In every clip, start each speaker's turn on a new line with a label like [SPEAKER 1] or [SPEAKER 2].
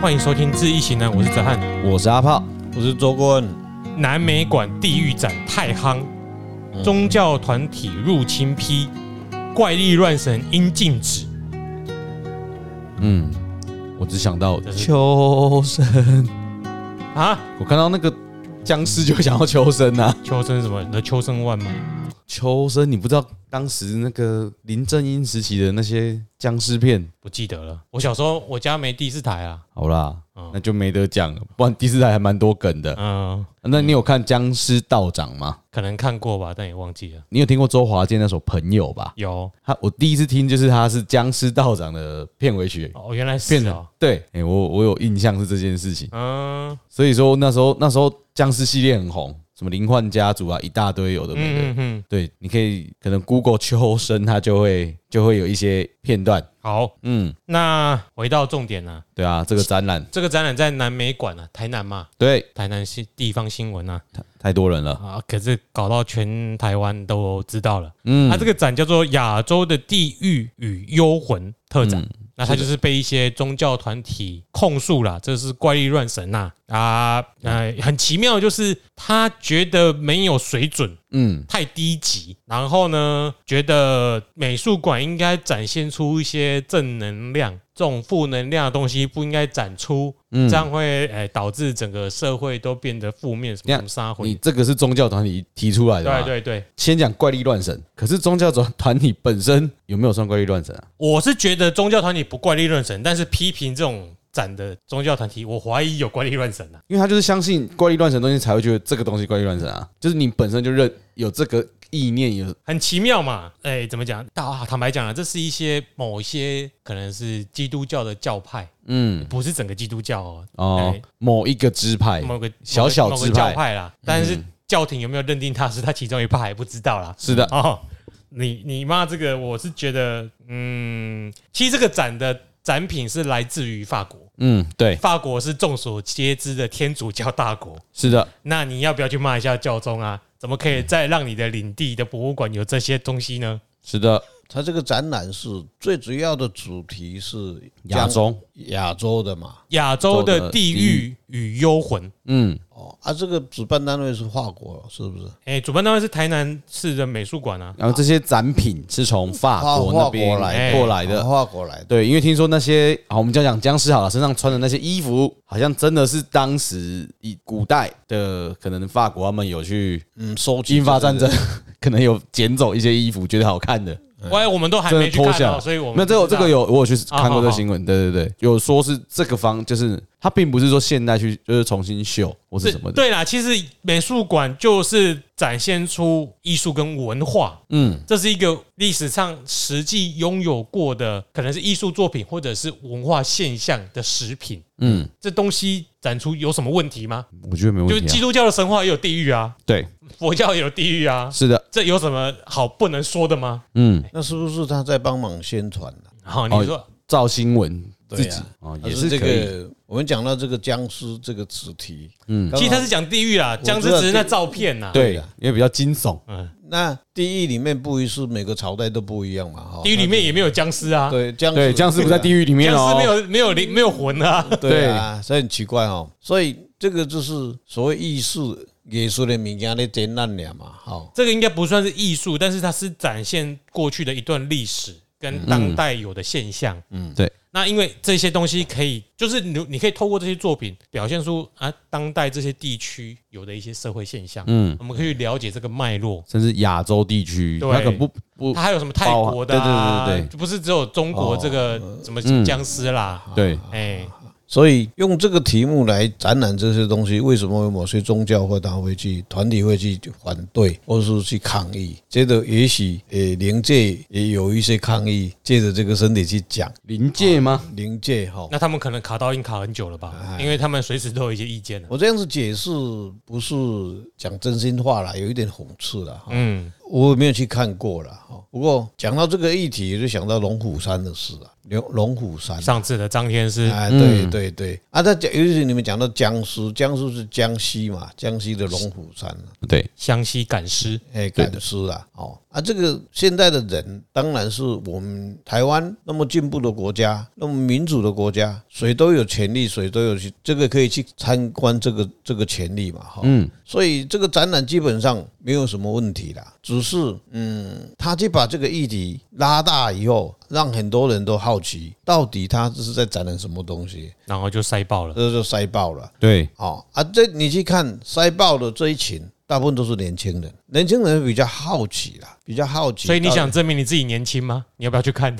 [SPEAKER 1] 欢迎收听《致一行男》，我是泽汉。
[SPEAKER 2] 我是阿炮，我是周棍，
[SPEAKER 1] 南美馆地狱展太夯，宗教团体入侵批，怪力乱神应禁止。
[SPEAKER 2] 嗯，我只想到
[SPEAKER 1] 这是
[SPEAKER 2] 秋生，
[SPEAKER 1] 啊，
[SPEAKER 2] 我看到那个僵尸就想要秋生呐、啊，
[SPEAKER 1] 秋生什么的秋生万吗？
[SPEAKER 2] 秋生，你不知道当时那个林正英时期的那些僵尸片，
[SPEAKER 1] 不记得了。我小时候我家没第四台啊。
[SPEAKER 2] 好啦
[SPEAKER 1] 嗯，
[SPEAKER 2] 那就没得讲了，不然第四台还蛮多梗的。
[SPEAKER 1] 嗯，
[SPEAKER 2] 那你有看《僵尸道长》吗？
[SPEAKER 1] 可能看过吧，但也忘记了。
[SPEAKER 2] 你有听过周华健那首《朋友》吧？
[SPEAKER 1] 有
[SPEAKER 2] 他我第一次听就是他是《僵尸道长》的片尾曲，
[SPEAKER 1] 哦，原来
[SPEAKER 2] 变
[SPEAKER 1] 是
[SPEAKER 2] 成
[SPEAKER 1] 哦。
[SPEAKER 2] 对，哎、我我有印象是这件事情。
[SPEAKER 1] 嗯
[SPEAKER 2] 所以说那时候那时候僵尸系列很红，什么灵幻家族啊，一大堆有的没的。
[SPEAKER 1] 嗯嗯嗯，
[SPEAKER 2] 对，你可以可能 Google 秋生，它就会就会有一些片段。
[SPEAKER 1] 好，
[SPEAKER 2] 嗯，
[SPEAKER 1] 那回到重点啦、
[SPEAKER 2] 对啊，这个展览
[SPEAKER 1] 这个展览在南美馆啊，台南嘛，
[SPEAKER 2] 对
[SPEAKER 1] 台南新地方新闻啊，
[SPEAKER 2] 太多人了。
[SPEAKER 1] 啊，可是搞到全台湾都知道了。
[SPEAKER 2] 嗯
[SPEAKER 1] 它这个展叫做《亚洲的地狱与幽魂》特展。
[SPEAKER 2] 嗯
[SPEAKER 1] 那它就是被一些宗教团体控诉啦，这是怪力乱神呐啊
[SPEAKER 2] 嗯
[SPEAKER 1] 呃，很奇妙，就是他觉得没有水准，
[SPEAKER 2] 嗯，
[SPEAKER 1] 太低级，然后呢，觉得美术馆应该展现出一些正能量，这种负能量的东西不应该展出，
[SPEAKER 2] 嗯
[SPEAKER 1] 这样会诶、呃导致整个社会都变得负面，什么
[SPEAKER 2] 那
[SPEAKER 1] 什么杀
[SPEAKER 2] 你
[SPEAKER 1] 回。
[SPEAKER 2] 这个是宗教团体提出来的
[SPEAKER 1] 对
[SPEAKER 2] 嘛？
[SPEAKER 1] 对对，
[SPEAKER 2] 先讲怪力乱神，可是宗教团团体本身有没有算怪力乱神啊？
[SPEAKER 1] 我是觉得宗教团体不怪力乱神，但是批评这种展的宗教团体，我怀疑有怪力乱神啊。
[SPEAKER 2] 因为他就是相信怪力乱神的东西，才会觉得这个东西怪力乱神啊。就是你本身就认有这个意念，有
[SPEAKER 1] 很奇妙 嘛，哎、怎么讲？大啊，坦白讲啊，这是一些某一些可能是基督教的教派，
[SPEAKER 2] 嗯
[SPEAKER 1] 不是整个基督教哦，
[SPEAKER 2] 哦
[SPEAKER 1] 哎
[SPEAKER 2] 某一个支派，
[SPEAKER 1] 某个
[SPEAKER 2] 小小
[SPEAKER 1] 某个某
[SPEAKER 2] 支
[SPEAKER 1] 个教
[SPEAKER 2] 派嗯
[SPEAKER 1] 派啦，但是教廷有没有认定他是他其中一派还不知道啦。
[SPEAKER 2] 是的，
[SPEAKER 1] 哦，你你妈这个，我是觉得，嗯，其实这个展的展品是来自于法国，
[SPEAKER 2] 嗯，对，
[SPEAKER 1] 法国是众所皆知的天主教大国，
[SPEAKER 2] 是的，
[SPEAKER 1] 那你要不要去骂一下教宗啊？怎么可以再让你的领地的博物馆有这些东西呢？
[SPEAKER 2] 是的，
[SPEAKER 3] 它这个展览是最主要的主题是
[SPEAKER 2] 亚洲，
[SPEAKER 3] 亚洲的嘛，
[SPEAKER 1] 亚洲的地狱与幽魂。
[SPEAKER 2] 嗯，
[SPEAKER 3] 哦，啊，这个主办单位是法国，是不是？
[SPEAKER 1] 哎、主办单位是台南市的美术馆啊。
[SPEAKER 2] 然后这些展品是从法国那边哎
[SPEAKER 3] 法国来
[SPEAKER 1] 的
[SPEAKER 2] 过来的。
[SPEAKER 3] 啊法国来的，
[SPEAKER 2] 对，因为听说那些好，我们就讲僵尸好了，身上穿的那些衣服，好像真的是当时以古代的可能法国他们有去
[SPEAKER 3] 嗯，收集
[SPEAKER 2] 英法战
[SPEAKER 3] 这
[SPEAKER 2] 争
[SPEAKER 3] 个，
[SPEAKER 2] 可能有捡走一些衣服，觉得好看的，
[SPEAKER 1] 喂，我们都还
[SPEAKER 2] 真
[SPEAKER 1] 没
[SPEAKER 2] 的
[SPEAKER 1] 去
[SPEAKER 2] 脱
[SPEAKER 1] 看
[SPEAKER 2] 下
[SPEAKER 1] 到，
[SPEAKER 2] 来。
[SPEAKER 1] 所以我们
[SPEAKER 2] 那嗯这个
[SPEAKER 1] 不知
[SPEAKER 2] 这
[SPEAKER 1] 道啊
[SPEAKER 2] 个有我有去看
[SPEAKER 1] 好
[SPEAKER 2] 过这个新闻，对对对，有说是这个方就是他并不是说现代去就是重新绣或是
[SPEAKER 1] 是
[SPEAKER 2] 什么的，
[SPEAKER 1] 对啦，其实美术馆就是展现出艺术跟文化，
[SPEAKER 2] 嗯，
[SPEAKER 1] 这是一个历史上实际拥有过的，可能是艺术作品或者是文化现象的实品。
[SPEAKER 2] 嗯，
[SPEAKER 1] 这东西展出有什么问题吗？
[SPEAKER 2] 我觉得没
[SPEAKER 1] 就
[SPEAKER 2] 问
[SPEAKER 1] 基
[SPEAKER 2] 题、啊。
[SPEAKER 1] 督教的神话也有地狱啊，
[SPEAKER 2] 对，
[SPEAKER 1] 佛教也有地狱啊，
[SPEAKER 2] 是的，
[SPEAKER 1] 这有什么好不能说的吗？哦
[SPEAKER 2] 嗯，
[SPEAKER 3] 那是不是他在帮忙宣传呢？
[SPEAKER 1] 好，你说
[SPEAKER 2] 赵新文自
[SPEAKER 3] 对
[SPEAKER 2] 己
[SPEAKER 3] 啊
[SPEAKER 2] 哦，
[SPEAKER 3] 它
[SPEAKER 2] 也是
[SPEAKER 3] 这
[SPEAKER 2] 可以。
[SPEAKER 3] 个，我们讲到这个僵尸这个主题，嗯，
[SPEAKER 1] 其实他是讲地狱啊，
[SPEAKER 3] 知道
[SPEAKER 1] 僵尸只是那照片呐、啊。
[SPEAKER 2] 对
[SPEAKER 3] 对啊，
[SPEAKER 2] 因为比较惊悚。
[SPEAKER 3] 那地狱里面不一是每个朝代都不一样嘛，哈，
[SPEAKER 1] 地狱里面也没有僵尸啊，
[SPEAKER 3] 对僵
[SPEAKER 2] 对，僵尸不在地
[SPEAKER 3] 狱，
[SPEAKER 2] 狱里 面
[SPEAKER 1] 僵
[SPEAKER 2] 哦
[SPEAKER 1] 尸没，有没有灵没有魂啊。
[SPEAKER 3] 对啊，所以很奇怪哦，所以这个就是所谓艺术艺术的名家的展览了嘛，哦哈。
[SPEAKER 1] 这个应该不算是艺术，但是它是展现过去的一段历史跟当代有的现象。嗯，
[SPEAKER 2] 对。
[SPEAKER 1] 那因为这些东西可以，就是你你可以透过这些作品表现出啊，当代这些地区有的一些社会现象。嗯，我们可以了解这个脉络。
[SPEAKER 2] 甚至亚洲地区，
[SPEAKER 1] 对
[SPEAKER 2] 那个不不
[SPEAKER 1] 它还有什么泰国的、啊？
[SPEAKER 2] 包含对对对对对哦嗯
[SPEAKER 1] 就不是只有中国这个什么僵尸啦。
[SPEAKER 2] 对，
[SPEAKER 1] 哎，
[SPEAKER 3] 所以用这个题目来展览这些东西，为什么有某些宗教会他会去团体会去反对，或是去抗议？接着也许呃灵界也有一些抗议，借着这个身体去讲
[SPEAKER 2] 临界吗？
[SPEAKER 3] 灵界哈。
[SPEAKER 1] 那他们可能卡刀已经卡很久了吧？
[SPEAKER 2] 哎
[SPEAKER 1] 因为他们随时都有一些意见了。
[SPEAKER 3] 我这样子解释不是讲真心话啦，有一点讽刺啦。哈。
[SPEAKER 1] 嗯，
[SPEAKER 3] 我没有去看过啦。哈。不过讲到这个议题，就想到龙虎山的事啊，龙龙虎山。
[SPEAKER 1] 嗯上次的张天师，
[SPEAKER 2] 哎
[SPEAKER 3] 啊，对对对，啊，他讲，尤其是你们讲到僵尸，僵尸是江西嘛，江西的龙虎山啊
[SPEAKER 2] 对，
[SPEAKER 1] 湘西赶尸，
[SPEAKER 3] 哎，赶尸啊，哦，啊，这个现在的人当然是我们台湾那么进步的国家，那么民主的国家，谁都有权利，谁都有去这个可以去参观这个这个权利嘛，哈，嗯，所以这个展览基本上没有什么问题啦，只是嗯，他去把这个议题拉大以后，让很多人都好奇，到底他这是在展览什么东西，
[SPEAKER 1] 然后就塞爆了。
[SPEAKER 2] 嗯
[SPEAKER 3] 这就塞爆了。
[SPEAKER 2] 对，
[SPEAKER 3] 哦啊，这你去看塞爆的这一群，大部分都是年轻人，年轻人比较好奇啦，比较好奇。
[SPEAKER 1] 所以你想，证明你自己年轻吗？你要不要去 看？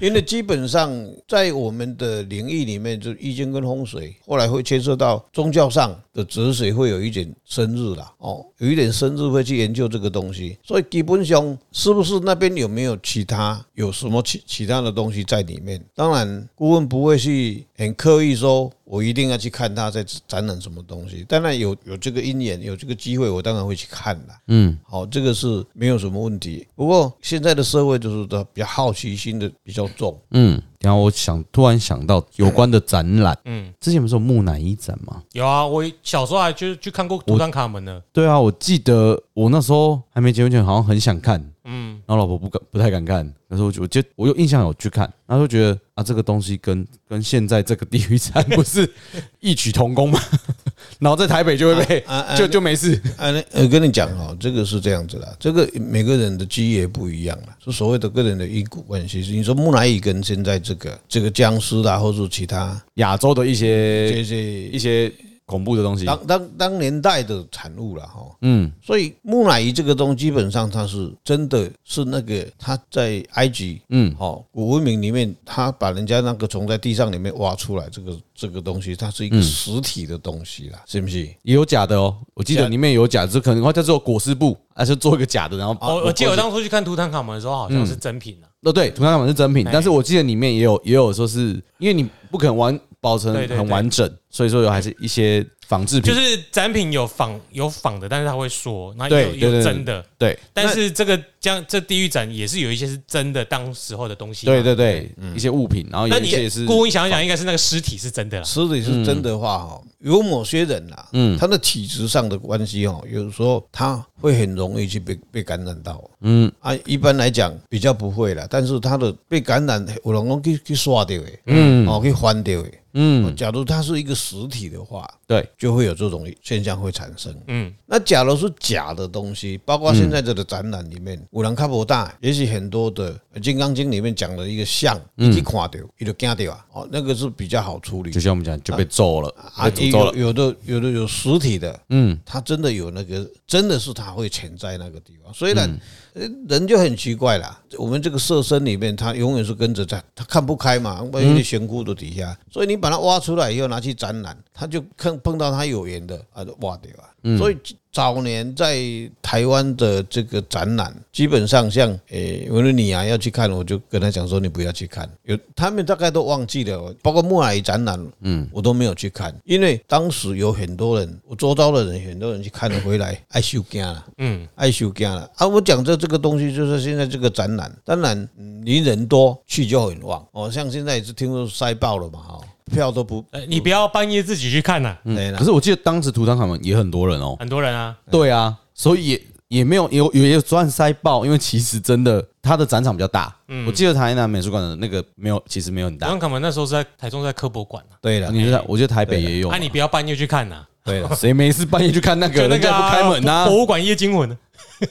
[SPEAKER 3] 因为基本上在我们的领域里面，就易经跟风水，后来会牵涉到宗教上的哲学，会有一点深入啦。哦，有一点深入会去研究这个东西，所以基本上是不是那边有没有其他有什么其其他的东西在里面？当然，顾问不会去很刻意说。我一定要去看他在展览什么东西。当然有有这个因缘，有这个机会，我当然会去看啦。嗯，好，这个是没有什么问题。不过现在的社会就是说比较好奇心的比较重，
[SPEAKER 2] 嗯，然后我想突然想到有关的展览，嗯，之前不是有木乃伊展吗？
[SPEAKER 1] 有啊，我小时候还就是去看过图坦卡门呢。
[SPEAKER 2] 对啊，我记得我那时候还没结婚前，好像很想看，嗯，然后老婆不敢，不太敢看。那时候我就我就我有印象有去看，然后就觉得啊，这个东西跟跟现在这个地狱餐不是异曲同工吗？ 然后在台北就会被
[SPEAKER 3] 啊啊 啊
[SPEAKER 2] 就就没事，
[SPEAKER 3] 啊，那呃，跟你讲哦，这个是这样子啦，这个每个人的基业不一样啦，是所谓的个人的因果关系。你说木乃伊跟现在这个这个僵尸啦，或者其他
[SPEAKER 2] 亚洲的一些
[SPEAKER 3] 这些
[SPEAKER 2] 一些恐怖的东西，
[SPEAKER 3] 当当当年代的产物啦，哈。
[SPEAKER 2] 嗯，
[SPEAKER 3] 所以木乃伊这个东西，基本上它是真的是那个他在埃及，
[SPEAKER 2] 嗯，
[SPEAKER 3] 好、古文明里面，他把人家那个从在地上里面挖出来，这个这个东西，它是一个实体的东西啦，是不是？
[SPEAKER 2] 也有假的哦，我记得里面有假，只可能它哦叫做裹尸布，还是做一个假的，然后
[SPEAKER 1] 我我记得我
[SPEAKER 2] 过去
[SPEAKER 1] 当初去看图坦卡门的时候，好像是真品啊。
[SPEAKER 2] 哦，对，图坦卡蒙是真
[SPEAKER 1] 哎
[SPEAKER 2] 品，但是我记得里面也有也有说是因为你不可能完保存
[SPEAKER 1] 对对对
[SPEAKER 2] 很完整，所以说有还是一些仿制
[SPEAKER 1] 就
[SPEAKER 2] 品。
[SPEAKER 1] 是展品有仿有仿的，但是他会说，那有
[SPEAKER 2] 对对
[SPEAKER 1] 有
[SPEAKER 2] 对
[SPEAKER 1] 真的，
[SPEAKER 2] 对
[SPEAKER 1] 但是这个这样这地狱展也是有一些是真的，当时候的东西嘛。
[SPEAKER 2] 对对对，一些物品，然后有
[SPEAKER 1] 那
[SPEAKER 2] 一些也是
[SPEAKER 1] 你顾问想一想，应该是那个尸体是真的啦。
[SPEAKER 3] 实体是真的话哈，有某些人啦，嗯，他的体质上的关系哈，有时候他会很容易去被被感染到，嗯啊，一般来讲比较不会啦，但是他的被感染，有人讲去去刷掉的，嗯，哦，去翻掉的，嗯，假如它是一个实体的话，
[SPEAKER 2] 对，
[SPEAKER 3] 就会有这种现象会产生。
[SPEAKER 1] 嗯，
[SPEAKER 3] 那假如是假的东西，包括现在这个展览里面，五郎卡博大，也许很多的《金刚经》里面讲的一个像，你去看到，你就惊到啊，哦，那个是比较好处理
[SPEAKER 2] 就。像我们讲就被揍了，
[SPEAKER 3] 啊
[SPEAKER 2] 被，诅咒
[SPEAKER 3] 有
[SPEAKER 2] 哎了。
[SPEAKER 3] 有的有的有实体的，嗯，它真的有那个，真的是它会潜在那个地方。虽然呃人就很奇怪啦，我们这个色身里面，它永远是跟着在，它看不开嘛，万一悬窟的底下，所以你把它挖出来以后拿去展览，它就碰碰到它有缘的啊，就挖掉啊。所以早年在台湾的这个展览，基本上像诶、我说你啊要去看，我就跟他讲说你不要去看，有他们大概都忘记了，包括木乃伊展览，嗯，我都没有去看，因为当时有很多人，我周遭的人很多人去看了回来，爱修惊了，
[SPEAKER 1] 嗯，
[SPEAKER 3] 爱修惊了啊！我讲这这个东西就是现在这个展览，当然嗯你人多去就很旺哦，像现在也是听说塞爆了嘛，哈、票都不嗯
[SPEAKER 1] 呃，你不要半夜自己去看呐，
[SPEAKER 3] 对啦
[SPEAKER 2] 可是我记得当时图坦卡蒙也很多人哦，
[SPEAKER 1] 很多人啊，
[SPEAKER 2] 对啊，所以也也没有有有也有算塞爆，因为其实真的它的展场比较大，
[SPEAKER 1] 嗯
[SPEAKER 2] 我记得台南美术馆的那个没有，其实没有很
[SPEAKER 1] 图
[SPEAKER 2] 大
[SPEAKER 1] 坦。卡门那时候是在台中，是在科博馆啊。
[SPEAKER 3] 对了，
[SPEAKER 2] 你觉得？我觉得台北也有嘛
[SPEAKER 1] 啊，，你不要半夜去看呐，
[SPEAKER 2] 对了，谁没事半夜去看那个？
[SPEAKER 1] 就那
[SPEAKER 2] 人
[SPEAKER 1] 个
[SPEAKER 2] 家不
[SPEAKER 1] 啊
[SPEAKER 2] 开门呐
[SPEAKER 1] 博，博物馆夜惊魂。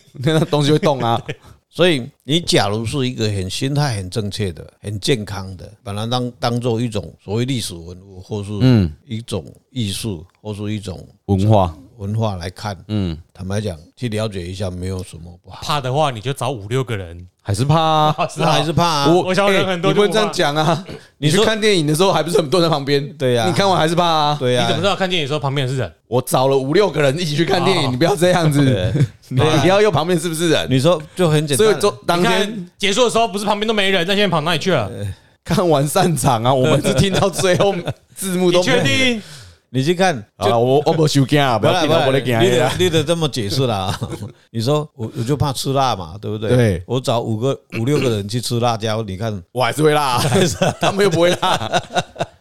[SPEAKER 2] 那东西会动啊。
[SPEAKER 3] 所以，你假如是一个很心态很正确的、很健康的，把它当当做一种所谓历史文物，或是一种艺术，或是一种
[SPEAKER 2] 文化，
[SPEAKER 3] 文化来看，嗯，坦白讲，去了解一下没有什么不好，
[SPEAKER 1] 怕的话，你就找五六个人。
[SPEAKER 2] 还是怕啊。
[SPEAKER 1] 是
[SPEAKER 3] 那还是怕啊。
[SPEAKER 1] 我想人很多
[SPEAKER 2] 欸你
[SPEAKER 1] 就
[SPEAKER 2] 不
[SPEAKER 1] 不怕
[SPEAKER 2] 能这样讲啊！你去
[SPEAKER 3] 说
[SPEAKER 2] 看电影的时候，还不是很多人在旁边？
[SPEAKER 3] 对啊
[SPEAKER 2] 你看完还是怕啊。
[SPEAKER 3] 对
[SPEAKER 1] 你怎么知
[SPEAKER 3] 啊，
[SPEAKER 1] 道看电影的时候旁边是人？
[SPEAKER 2] 我找了五六个人一起去看电
[SPEAKER 1] 哦
[SPEAKER 2] 影，你不要这样子，你不要又旁边是不是人？
[SPEAKER 3] 你说就很简
[SPEAKER 2] 所以
[SPEAKER 3] 单
[SPEAKER 2] 就
[SPEAKER 3] 啊，
[SPEAKER 2] 当
[SPEAKER 1] 你
[SPEAKER 2] 天呃
[SPEAKER 1] 看结束的时候，不是旁边都没人，那现在跑哪里去了？
[SPEAKER 2] 看完散场啊，我们是听到最后字幕
[SPEAKER 1] 你
[SPEAKER 2] 都
[SPEAKER 1] 确定？
[SPEAKER 3] 你去看，
[SPEAKER 2] 啊？好我我不休假，啊不
[SPEAKER 3] 不
[SPEAKER 2] 要
[SPEAKER 3] 然
[SPEAKER 2] 听
[SPEAKER 3] 不
[SPEAKER 2] 到
[SPEAKER 3] 然
[SPEAKER 2] 我的
[SPEAKER 3] 你
[SPEAKER 2] 惊啦
[SPEAKER 3] 得。你得这么解 释啦。你说我我就怕吃辣嘛，对不对？
[SPEAKER 2] 对
[SPEAKER 3] 我找五个五六个人去吃辣椒，你看
[SPEAKER 2] 我还是会 辣，他们又不会辣，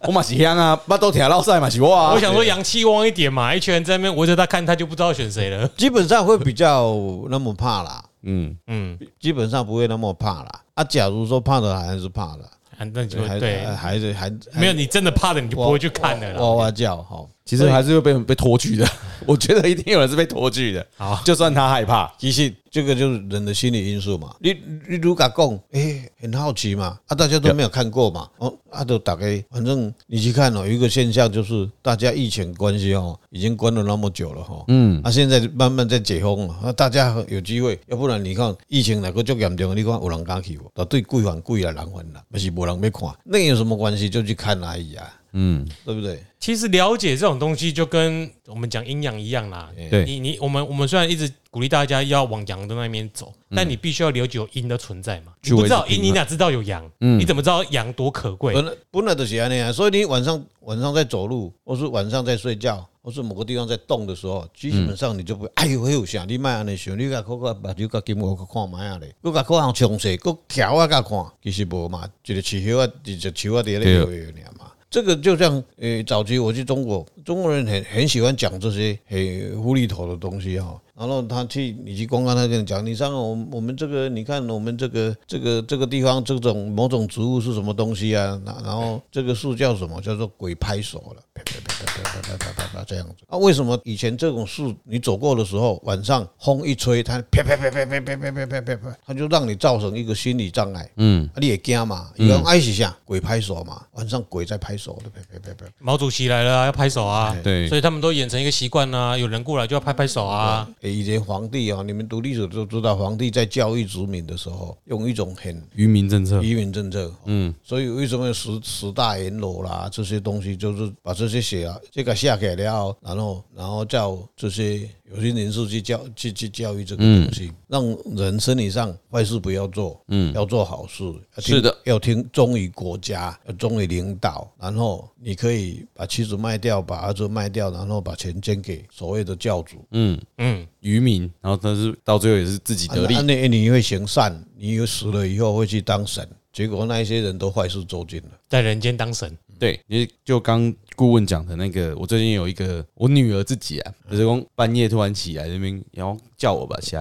[SPEAKER 2] 我嘛是香啊，巴豆铁老塞嘛是我啊。
[SPEAKER 1] 我想说阳气旺一点嘛，一群人在那边围着他看，他就不知道选谁了。
[SPEAKER 3] 基本上会比较那么怕啦。
[SPEAKER 2] 嗯，
[SPEAKER 1] 嗯，
[SPEAKER 3] 基本上不会那么怕啦。啊，假如说怕的还是怕的，
[SPEAKER 1] 啊那就
[SPEAKER 3] 还
[SPEAKER 1] 对，
[SPEAKER 3] 还是还
[SPEAKER 1] 没有你真的怕的，你就不会去看的
[SPEAKER 3] 哇
[SPEAKER 1] 了啦。
[SPEAKER 3] 哇叫哈。
[SPEAKER 2] 其实还是会被被拖去的。 我觉得一定有人是被拖去的，
[SPEAKER 1] 好，
[SPEAKER 2] 就算他害怕，
[SPEAKER 3] 其实这个就是人的心理因素嘛。你你如果讲，哎、很好奇嘛，啊，大家都没有看过嘛，哦，啊，都大概反正你去看哦，有一个现象就是大家疫情关系哦，已经关了那么久了哈、哦，嗯，啊，现在慢慢在解封了，啊，大家有机会，要不然你看疫情哪个足严重，你看有人敢去无？啊，对贵还贵啊，人还啦，不是无人要看，那有什么关系？就去看而已啊，
[SPEAKER 2] 嗯，
[SPEAKER 3] 对不对？
[SPEAKER 1] 其实了解这种东西就跟我们讲阴阳一样啦。
[SPEAKER 2] 对
[SPEAKER 1] 你你我们我们虽然一直鼓励大家要往阳的那边走，但你必须要了解有阴的存在嘛。你
[SPEAKER 2] 嗯去
[SPEAKER 1] 不
[SPEAKER 2] 维
[SPEAKER 1] 知
[SPEAKER 2] 持
[SPEAKER 1] 道阴，
[SPEAKER 2] 平
[SPEAKER 1] 你
[SPEAKER 2] 衡嗯
[SPEAKER 1] 哪知道有阳？你怎么知道阳多可贵？
[SPEAKER 3] 本来本来就是安尼啊，所以你晚上晚上在走路，或是晚上在睡觉，或是某个地方在动的时候，基本上你就不会哎呦哎呦想，你莫安尼想，你甲看看目睭甲金毛去看卖啊咧，佮甲看项详细，佮桥啊甲看，其实无嘛，一个树叶啊，一个树啊伫咧
[SPEAKER 2] 对
[SPEAKER 3] 摇摇尔嘛。这个就像呃，早期我去中国，中国人很很喜欢讲这些很无厘头的东西哈、然后他去你去公安，他跟你讲，你上我们我们这个，你看我们这个这个这个地方这种某种植物是什么东西啊？然然后这个树叫什么？叫做鬼拍手了，啪啪啪啪啪啪啪啪啪这样子。啊，为什么以前这种树你走过的时候，晚上风一吹，它啪啪啪啪啪啪啪啪啪啪啪，它就让你造成一个心理障碍。嗯，你也惊嘛？有人爱是啥？鬼拍手嘛，晚上鬼在拍手的，啪啪啪啪。
[SPEAKER 1] 毛主席来了啊要拍手啊，
[SPEAKER 2] 对
[SPEAKER 1] 所以他们都演成一个习惯啊，有人过来就要拍拍手啊。
[SPEAKER 3] 诶，以前皇帝啊，你们读历史都知道，皇帝在教育殖民的时候，用一种很
[SPEAKER 2] 渔民政策，
[SPEAKER 3] 移民政策，嗯，所以为什么十十大阎罗啦这些东西，就是把这些写啊，这个下给了后，然后然后叫这些有些人士去教去去教育这个东西，
[SPEAKER 2] 嗯
[SPEAKER 3] 让人身体上坏事不要做，嗯，要做好事，要听
[SPEAKER 2] 是的，
[SPEAKER 3] 要听忠于国家，要忠于领导，然后你可以把妻子卖掉，把儿子卖掉，然后把钱捐给所谓的教主，
[SPEAKER 2] 嗯，
[SPEAKER 1] 嗯，
[SPEAKER 2] 渔民，然后但是到最后也是自己
[SPEAKER 3] 啊
[SPEAKER 2] 得利
[SPEAKER 3] 那，那你会行善，你有死了以后会去当神，结果那一些人都坏事做尽了。
[SPEAKER 1] 在人间当神，
[SPEAKER 2] 对，因为就刚顾问讲的那个，我最近有一个我女儿自己啊，就是光半夜突然起来这边，然后叫我把霞，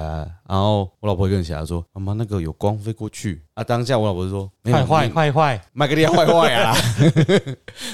[SPEAKER 2] 然后我老婆跟霞说：“妈妈，那个有光飞过去。”啊，当下我老婆就说：“没有
[SPEAKER 1] 坏坏，坏坏，
[SPEAKER 2] 麦克利亚坏坏啊！”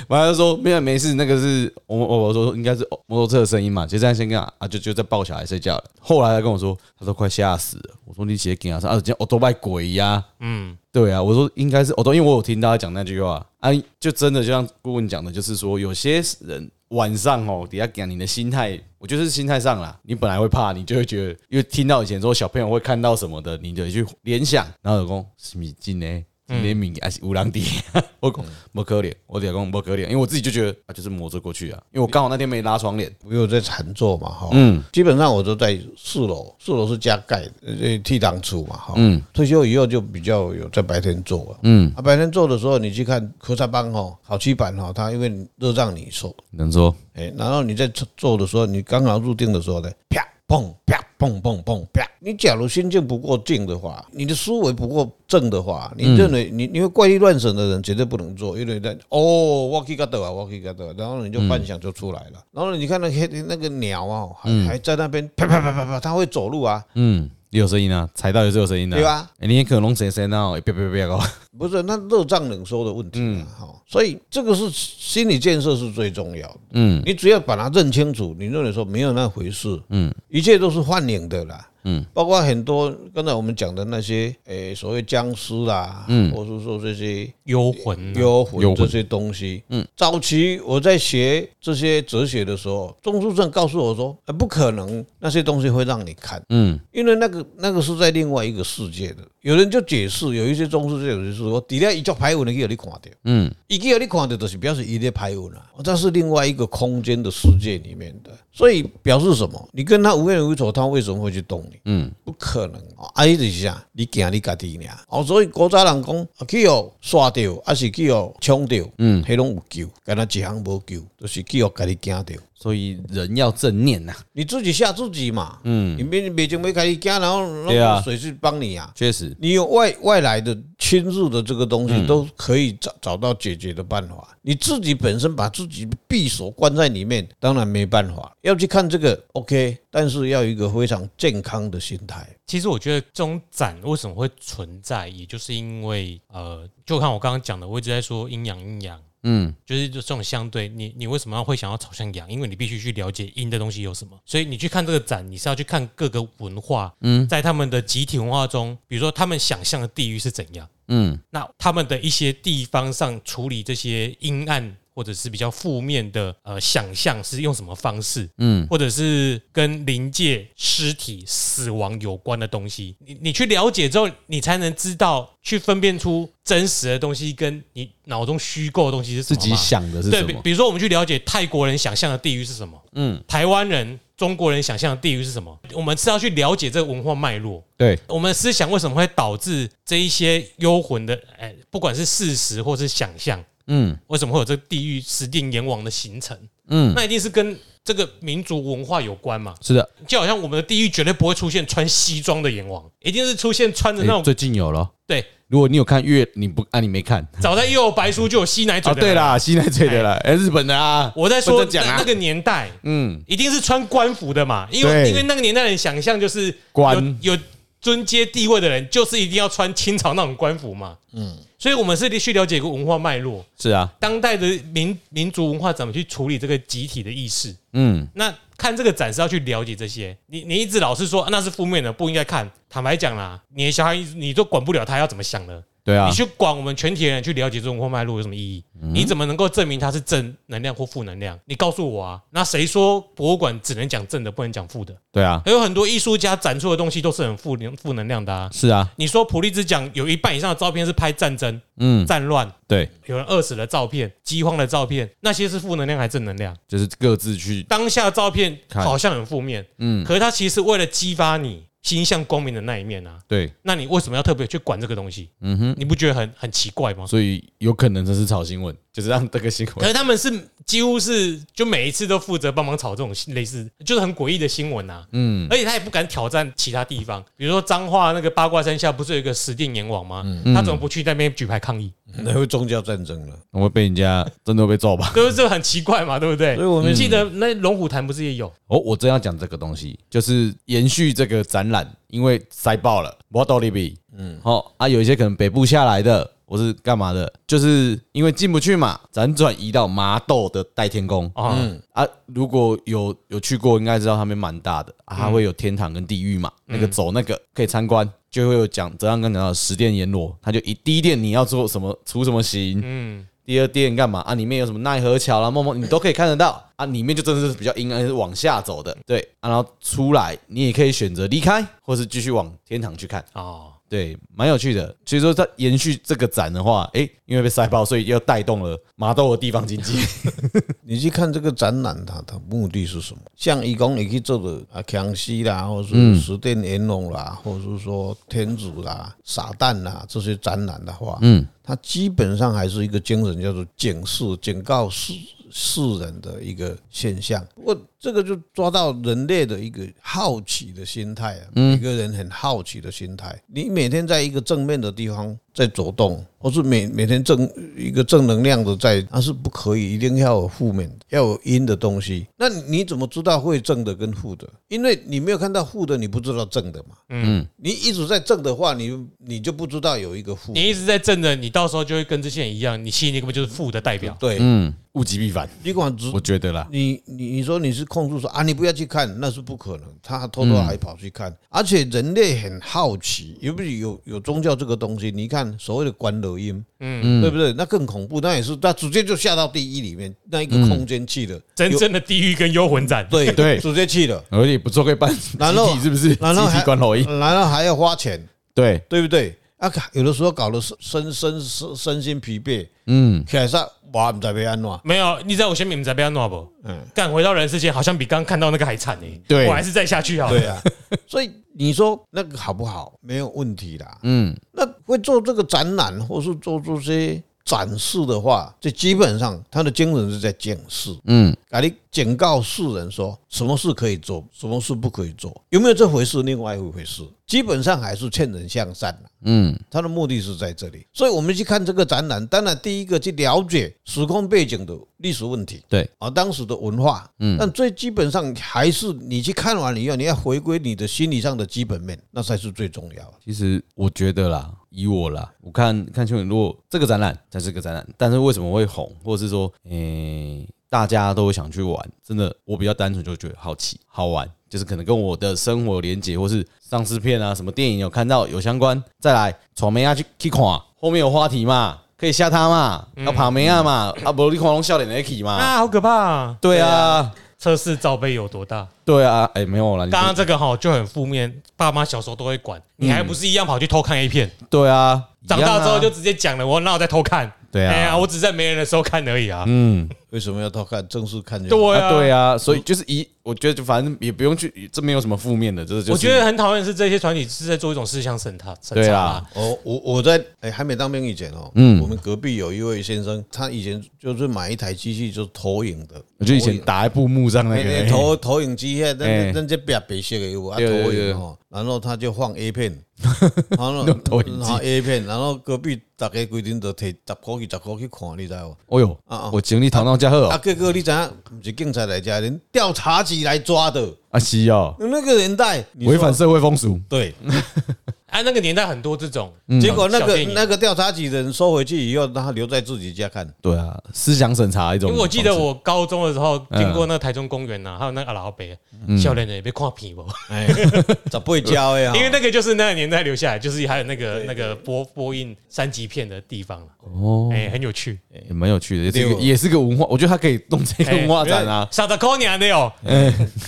[SPEAKER 2] 完了就说：“没有，没事，那个是我我我说应该是摩托车的声音嘛。”就这样先跟啊啊就就在抱小孩睡觉了。后来他跟我说，他都快吓死了。我说：“你直接给他说啊，今天我都拜鬼呀、
[SPEAKER 1] 嗯，
[SPEAKER 2] 对啊，我说应该是哦，对，因为我有听大家讲那句话啊，就真的就像顾问讲的，就是说有些人晚上哦，底下讲你的心态，我觉得是心态上啦，你本来会怕，你就会觉得，因为听到以前说小朋友会看到什么的，你就去联想，然后有讲是米进呢。联名还是乌狼底， 我讲不可怜，我得讲不可怜，因为我自己就觉得啊，就是磨着过去啊，因为我刚好那天没拉窗帘，
[SPEAKER 3] 我有在禅坐嘛，哈，
[SPEAKER 2] 嗯，
[SPEAKER 3] 基本上我都在四楼，四楼是加盖的，呃，替档处嘛，哈，
[SPEAKER 2] 嗯，
[SPEAKER 3] 退休以后就比较有在白天做了，嗯，啊，白天做的时候，你去看科萨邦哈，好七版哈，它因为热胀冷缩，
[SPEAKER 2] 能说
[SPEAKER 3] 哎，然后你在做的时候，你刚好入定的时候呢，啪砰啪砰砰砰啪，你假如心境不够静的话，你的思维不够正的话，你认为你你会怪力乱神的人绝对不能做，因为在哦，我去个斗啊，我去个斗啊，然后你就幻想就出来了。然后你看那黑那个鸟啊，还还在那边啪啪啪啪啪，它会走路啊，
[SPEAKER 2] 嗯，也有声音啊，踩到也是有声音的、
[SPEAKER 3] 对吧？
[SPEAKER 2] 哎哦你也可能弄谁谁闹，别别别搞，
[SPEAKER 3] 不是，那热胀冷缩的问题啊，哈，所以这个是心理建设是最重要的。嗯，你只要把它认清楚，你认为说没有那回事，嗯，一切都是幻影的啦。嗯，包括很多刚才我们讲的那些，诶、所谓僵尸啦，嗯，或是说这些
[SPEAKER 1] 幽魂啊，
[SPEAKER 3] 幽
[SPEAKER 2] 幽
[SPEAKER 3] 魂
[SPEAKER 2] 魂
[SPEAKER 3] 这些东西，嗯，早期我在学这些哲学的时候，钟书正告诉我说，呃不可能那些东西会让你看，
[SPEAKER 2] 嗯，
[SPEAKER 3] 因为那个那个是在另外一个世界的，有人就解释，有一些中世界有些说，我底下一叫排文的去有你看到，
[SPEAKER 2] 嗯，
[SPEAKER 3] 一个有你看到就是表示一列排文啊，这是另外一个空间的世界里面的，所以表示什么？你跟他无冤无仇，他为什么会去动你？
[SPEAKER 2] 嗯，
[SPEAKER 3] 不可能哦，啊，伊就是啥，你惊你家己俩哦，所以古早人讲啊去哦刷掉，还是去哦冲掉，嗯，迄拢有救，干那一项无救，就是去哦家己惊掉。
[SPEAKER 2] 所以人要正念啊呐、
[SPEAKER 3] 你自己吓自己嘛，嗯，你别别准备开始惊，然后
[SPEAKER 2] 对啊
[SPEAKER 3] 让水去帮你啊。
[SPEAKER 2] 确实，
[SPEAKER 3] 你有外外来的侵入的这个东
[SPEAKER 2] 嗯
[SPEAKER 3] 西，都可以找找到解决的办法。你自己本身把自己闭锁关在里面，当然没办法。要去看这个 OK，但是要有一个非常健康的心态。
[SPEAKER 1] 其实我觉得这种展为什么会存在，也就是因为呃，就看我刚刚讲的，我一直在说阴阳阴阳，
[SPEAKER 2] 嗯，
[SPEAKER 1] 就是这种相对，你你为什么要会想要朝向阳？因为你必须去了解阴的东西有什么。所以你去看这个展，你是要去看各个文化，嗯，在他们的集体文化中，比如说他们想象的地狱是怎样，
[SPEAKER 2] 嗯，
[SPEAKER 1] 那他们的一些地方上处理这些阴暗或者是比较负面的呃想象是用什么方式，
[SPEAKER 2] 嗯，
[SPEAKER 1] 或者是跟临界尸体死亡有关的东西，你你去了解之后，你才能知道去分辨出真实的东西跟你脑中虚构的东西是什
[SPEAKER 2] 自
[SPEAKER 1] 么嘛
[SPEAKER 2] 己想的是
[SPEAKER 1] 对，
[SPEAKER 2] 什
[SPEAKER 1] 比
[SPEAKER 2] 么？
[SPEAKER 1] 比如说我们去了解泰国人想象的地狱是什么，嗯，台湾人、中国人想象的地狱是什么，我们是要去了解这个文化脉络。
[SPEAKER 2] 对，
[SPEAKER 1] 我们的思想为什么会导致这一些幽魂的，哎，不管是事实或是想象，
[SPEAKER 2] 嗯
[SPEAKER 1] 为什么会有这个地狱十殿阎王的形成？
[SPEAKER 2] 嗯，
[SPEAKER 1] 那一定是跟这个民族文化有关嘛。
[SPEAKER 2] 是的，
[SPEAKER 1] 就好像我们的地狱绝对不会出现穿西装的阎王，一定是出现穿着那
[SPEAKER 2] 诶
[SPEAKER 1] 种
[SPEAKER 2] 哎最近有了。
[SPEAKER 1] 对，
[SPEAKER 2] 如果你有看月，你不啊，你没看
[SPEAKER 1] 早在《幽游白书》就有吸奶嘴
[SPEAKER 2] 啊？
[SPEAKER 1] 的。
[SPEAKER 2] 对，啦， 西奈嘴的啦，哎，日本的啊，
[SPEAKER 1] 我在
[SPEAKER 2] 不
[SPEAKER 1] 说
[SPEAKER 2] 能讲
[SPEAKER 1] 那
[SPEAKER 2] 啊
[SPEAKER 1] 那，个年代，
[SPEAKER 2] 嗯，
[SPEAKER 1] 一定是穿官服的嘛，因为
[SPEAKER 2] 对
[SPEAKER 1] 因为那个年代人想象就是
[SPEAKER 2] 官
[SPEAKER 1] 有有尊阶地位的人，就是一定要穿清朝那种官服嘛。嗯，所以我们是去了解一个文化脉络，
[SPEAKER 2] 是啊，
[SPEAKER 1] 当代的民民族文化怎么去处理这个集体的意识。
[SPEAKER 2] 嗯，
[SPEAKER 1] 那看这个展是要去了解这些，你你一直老是说、啊那是负面的，不应该看。坦白讲啦，你的小孩你都管不了他要怎么想的，
[SPEAKER 2] 对啊嗯
[SPEAKER 1] 你，去管我们全体的人去了解这种文化脉络有什么意义？你怎么能够证明它是正能量或负能量？你告诉我啊！那谁说博物馆只能讲正的，不能讲负的？
[SPEAKER 2] 对啊，
[SPEAKER 1] 还有很多艺术家展出的东西都是很负能负能量的啊！
[SPEAKER 2] 是啊，
[SPEAKER 1] 你说普利兹奖有一半以上的照片是拍战争、
[SPEAKER 2] 嗯，
[SPEAKER 1] 战乱、
[SPEAKER 2] 对，
[SPEAKER 1] 有人饿死的照片、饥荒的照片，那些是负能量还是正能量？
[SPEAKER 2] 就是各自去，
[SPEAKER 1] 当下的照片
[SPEAKER 2] 看
[SPEAKER 1] 好像很负面，
[SPEAKER 2] 嗯，
[SPEAKER 1] 可是它其实是为了激发你心向光明的那一面啊！
[SPEAKER 2] 对，
[SPEAKER 1] 那你为什么要特别去管这个东西？
[SPEAKER 2] 嗯哼，
[SPEAKER 1] 你不觉得很很奇怪吗？
[SPEAKER 2] 所以有可能这是炒新闻，就是让这个新
[SPEAKER 1] 可
[SPEAKER 2] 闻，
[SPEAKER 1] 是他们是几乎是就每一次都负责帮忙炒这种类似就是很诡异的新闻呐、
[SPEAKER 2] 嗯
[SPEAKER 1] 而且他也不敢挑战其他地方，比如说彰化那个八卦山下不是有一个石定阎王吗？他怎么不去那边举牌抗议？
[SPEAKER 2] 嗯
[SPEAKER 3] 那会宗教战争了。
[SPEAKER 2] 我会被人家真的会被揍吧？
[SPEAKER 1] 对不对？这很奇怪嘛，对不对？
[SPEAKER 3] 所以我
[SPEAKER 1] 们记得那龙虎潭不是也有？
[SPEAKER 2] 哦，我真要讲这个东西，就是延续这个展览，因为塞爆了，我道理比，嗯，好啊，有一些可能北部下来的，我是干嘛的？就是因为进不去嘛，辗转移到麻豆的代天宫
[SPEAKER 1] 啊
[SPEAKER 2] 啊，如果有有去过，应该知道他们蛮大的，啊、它会有天堂跟地狱嘛，那个走那个可以参观。就会有讲，泽刚刚讲到的十殿阎罗，他就一第一殿你要做什么，出什么形，
[SPEAKER 1] 嗯，
[SPEAKER 2] 第二店干嘛啊？里面有什么奈何桥啦、梦梦，你都可以看得到啊。里面就真的是比较阴暗，是往下走的，对啊。然后出来，你也可以选择离开，或是继续往天堂去看，
[SPEAKER 1] 哦，
[SPEAKER 2] 对，蛮有趣的。所以说，它延续这个展的话，诶，因为被塞爆，所以又带动了麻豆的地方经济。
[SPEAKER 3] 你去看这个展览，它的目的是什么？像伊讲，你去做的啊，康熙啦，或是十殿阎龙啦，或是说天主啦、撒旦啦这些展览的话，嗯，它基本上还是一个精神，叫做警示、警告世世人的一个现象。我这个就抓到人类的一个好奇的心态啊，每个人很好奇的心态。你每天在一个正面的地方在走动，或是每每天正一个正能量的在，那是不可以，一定要有负面的，要有阴的东西。那你怎么知道会正的跟负的？因为你没有看到负的，你不知道正的嘛。嗯，你一直在正的话，你你就不知道有一个负。
[SPEAKER 1] 你一直在正的，你到时候就会跟这些人一样，你吸引力根本就是负的代表。
[SPEAKER 3] 对，
[SPEAKER 2] 嗯， 物极必反，
[SPEAKER 3] 你管只
[SPEAKER 2] 我觉得啦。
[SPEAKER 3] 你你你说你是控诉说啊，你不要去看，那是不可能。他偷
[SPEAKER 2] 嗯
[SPEAKER 3] 偷还跑去看，而且人类很好奇，尤不是有有宗教这个东西。你看所谓的关乐音，嗯，对不对？那更恐怖，那也是他直接就下到地狱里面那一个空间去了，
[SPEAKER 1] 真正的地狱跟幽魂展，
[SPEAKER 3] 对
[SPEAKER 2] 对
[SPEAKER 3] 直接去了，
[SPEAKER 2] 而且不错，可以办集
[SPEAKER 3] 然后
[SPEAKER 2] 体，是不是？集
[SPEAKER 3] 然后还
[SPEAKER 2] 体关老一，
[SPEAKER 3] 然后还要花钱，
[SPEAKER 2] 对，
[SPEAKER 3] 对不对？啊，有的时候搞得身身身身心疲惫，
[SPEAKER 2] 嗯，
[SPEAKER 3] 起来上哇，不知道要安怎样。
[SPEAKER 1] 没有，你在我前面你才不要弄不？嗯，干回到人世间，好像比刚刚看到那个还惨呢。
[SPEAKER 2] 对
[SPEAKER 1] 我还是再下去好了。
[SPEAKER 3] 对啊， 所以你说那个好不好？没有问题啦。
[SPEAKER 2] 嗯，
[SPEAKER 3] 那会做这个展览，或是做这些展示的话，这基本上他的精神是在警示，
[SPEAKER 2] 嗯，
[SPEAKER 3] 啊，你警告世人说，什么事可以做，什么事不可以做，有没有这回事，另外一回事。基本上还是劝人向善啦
[SPEAKER 2] 嗯，
[SPEAKER 3] 它的目的是在这里，所以我们去看这个展览，当然第一个去了解时空背景的历史问题
[SPEAKER 2] 对，
[SPEAKER 3] 啊，当时的文化，嗯，但最基本上还是你去看完以后，你要回归你的心理上的基本面，那才是最重要的。
[SPEAKER 2] 其实我觉得啦，以我啦，我看看新闻，如果这个展览在这个展览，但是为什么会红，或者是说，诶、大家都想去玩，真的，我比较单纯就觉得好奇、好玩，就是可能跟我的生活有连结，或是丧尸片啊、什么电影有看到有相关。再来，闯梅亚去去看，后面有话题嘛，可以吓他嘛，
[SPEAKER 1] 嗯
[SPEAKER 2] 要爬梅亚嘛，啊，不，你恐龙笑脸的 k 嘛，
[SPEAKER 1] 啊，好可怕、啊！
[SPEAKER 2] 对啊，
[SPEAKER 1] 测试罩杯有多大？
[SPEAKER 2] 对啊，哎、没有啦，你
[SPEAKER 1] 刚刚这个哈就很负面，爸妈小时候都会管，你还不是一样跑去偷看 A 片？
[SPEAKER 2] 对啊，
[SPEAKER 1] 长
[SPEAKER 2] 一样
[SPEAKER 1] 大
[SPEAKER 2] 啊
[SPEAKER 1] 之后就直接讲了，我哪有在偷看？
[SPEAKER 2] 对啊
[SPEAKER 1] 哎呀，我只在没人的时候看而已啊。
[SPEAKER 2] 嗯。
[SPEAKER 3] 为什么要偷看？正式看就好
[SPEAKER 1] 对
[SPEAKER 2] 啊，
[SPEAKER 1] 啊，
[SPEAKER 2] 对啊，所以就是一，我觉得就反正也不用去，这没有什么负面的，这就是
[SPEAKER 1] 我觉得很讨厌是这些团体是在做一种事项审查，审查
[SPEAKER 2] 对啊
[SPEAKER 1] 啦
[SPEAKER 2] 啦。
[SPEAKER 3] 哦，我我在哎、还没当兵以前哦，
[SPEAKER 2] 嗯
[SPEAKER 3] 我们隔壁有一位先生，他以前就是买一台机器就是投影的，
[SPEAKER 2] 我就以前打在布幕上那
[SPEAKER 3] 那
[SPEAKER 2] 个
[SPEAKER 3] 那投投影机，那
[SPEAKER 2] 哎
[SPEAKER 3] 那那这白白色的有啊
[SPEAKER 2] 对对
[SPEAKER 3] 投
[SPEAKER 2] 对
[SPEAKER 3] 影哦，然后他就放 A 片，然后
[SPEAKER 2] 用投影机
[SPEAKER 3] 然后 A 片，然后隔壁大家规定就摕十块去十块去看，你知道无？
[SPEAKER 2] 哦哟，
[SPEAKER 3] 啊
[SPEAKER 2] 我经历唐到加贺
[SPEAKER 3] 啊，
[SPEAKER 2] 哦
[SPEAKER 3] 哥哥，你知影？不是警察来家人调查局来抓的，
[SPEAKER 2] 啊西哦，
[SPEAKER 3] 那个年代你说
[SPEAKER 2] 违反嗯社会风俗，
[SPEAKER 3] 对，
[SPEAKER 1] 啊，那个年代很多这种，
[SPEAKER 2] 嗯
[SPEAKER 3] 结果那
[SPEAKER 1] 小
[SPEAKER 3] 个
[SPEAKER 1] 电影
[SPEAKER 3] 那个调查局的人收回去以后，让他留在自己家看。
[SPEAKER 2] 对啊，思想审查一种
[SPEAKER 1] 因
[SPEAKER 2] 方式。
[SPEAKER 1] 为我记得我高中的时候经过那个台中公园呐，啊
[SPEAKER 2] 嗯
[SPEAKER 1] 还有那个阿拉伯，笑脸人也被看皮不？
[SPEAKER 3] 哎，咋不会教
[SPEAKER 2] 嗯
[SPEAKER 3] 呀？
[SPEAKER 1] 因为那个就是那个年代留下来，就是还有那个那个播播映三级片的地方了。
[SPEAKER 2] 哦，
[SPEAKER 1] 哎，很有趣。
[SPEAKER 2] 也蛮有趣的，也是一个
[SPEAKER 3] 对哦
[SPEAKER 2] 也是个文化，我觉得它可以弄 这个
[SPEAKER 1] 哎
[SPEAKER 2] 文化展啊。哎
[SPEAKER 1] 傻子抠你的哟，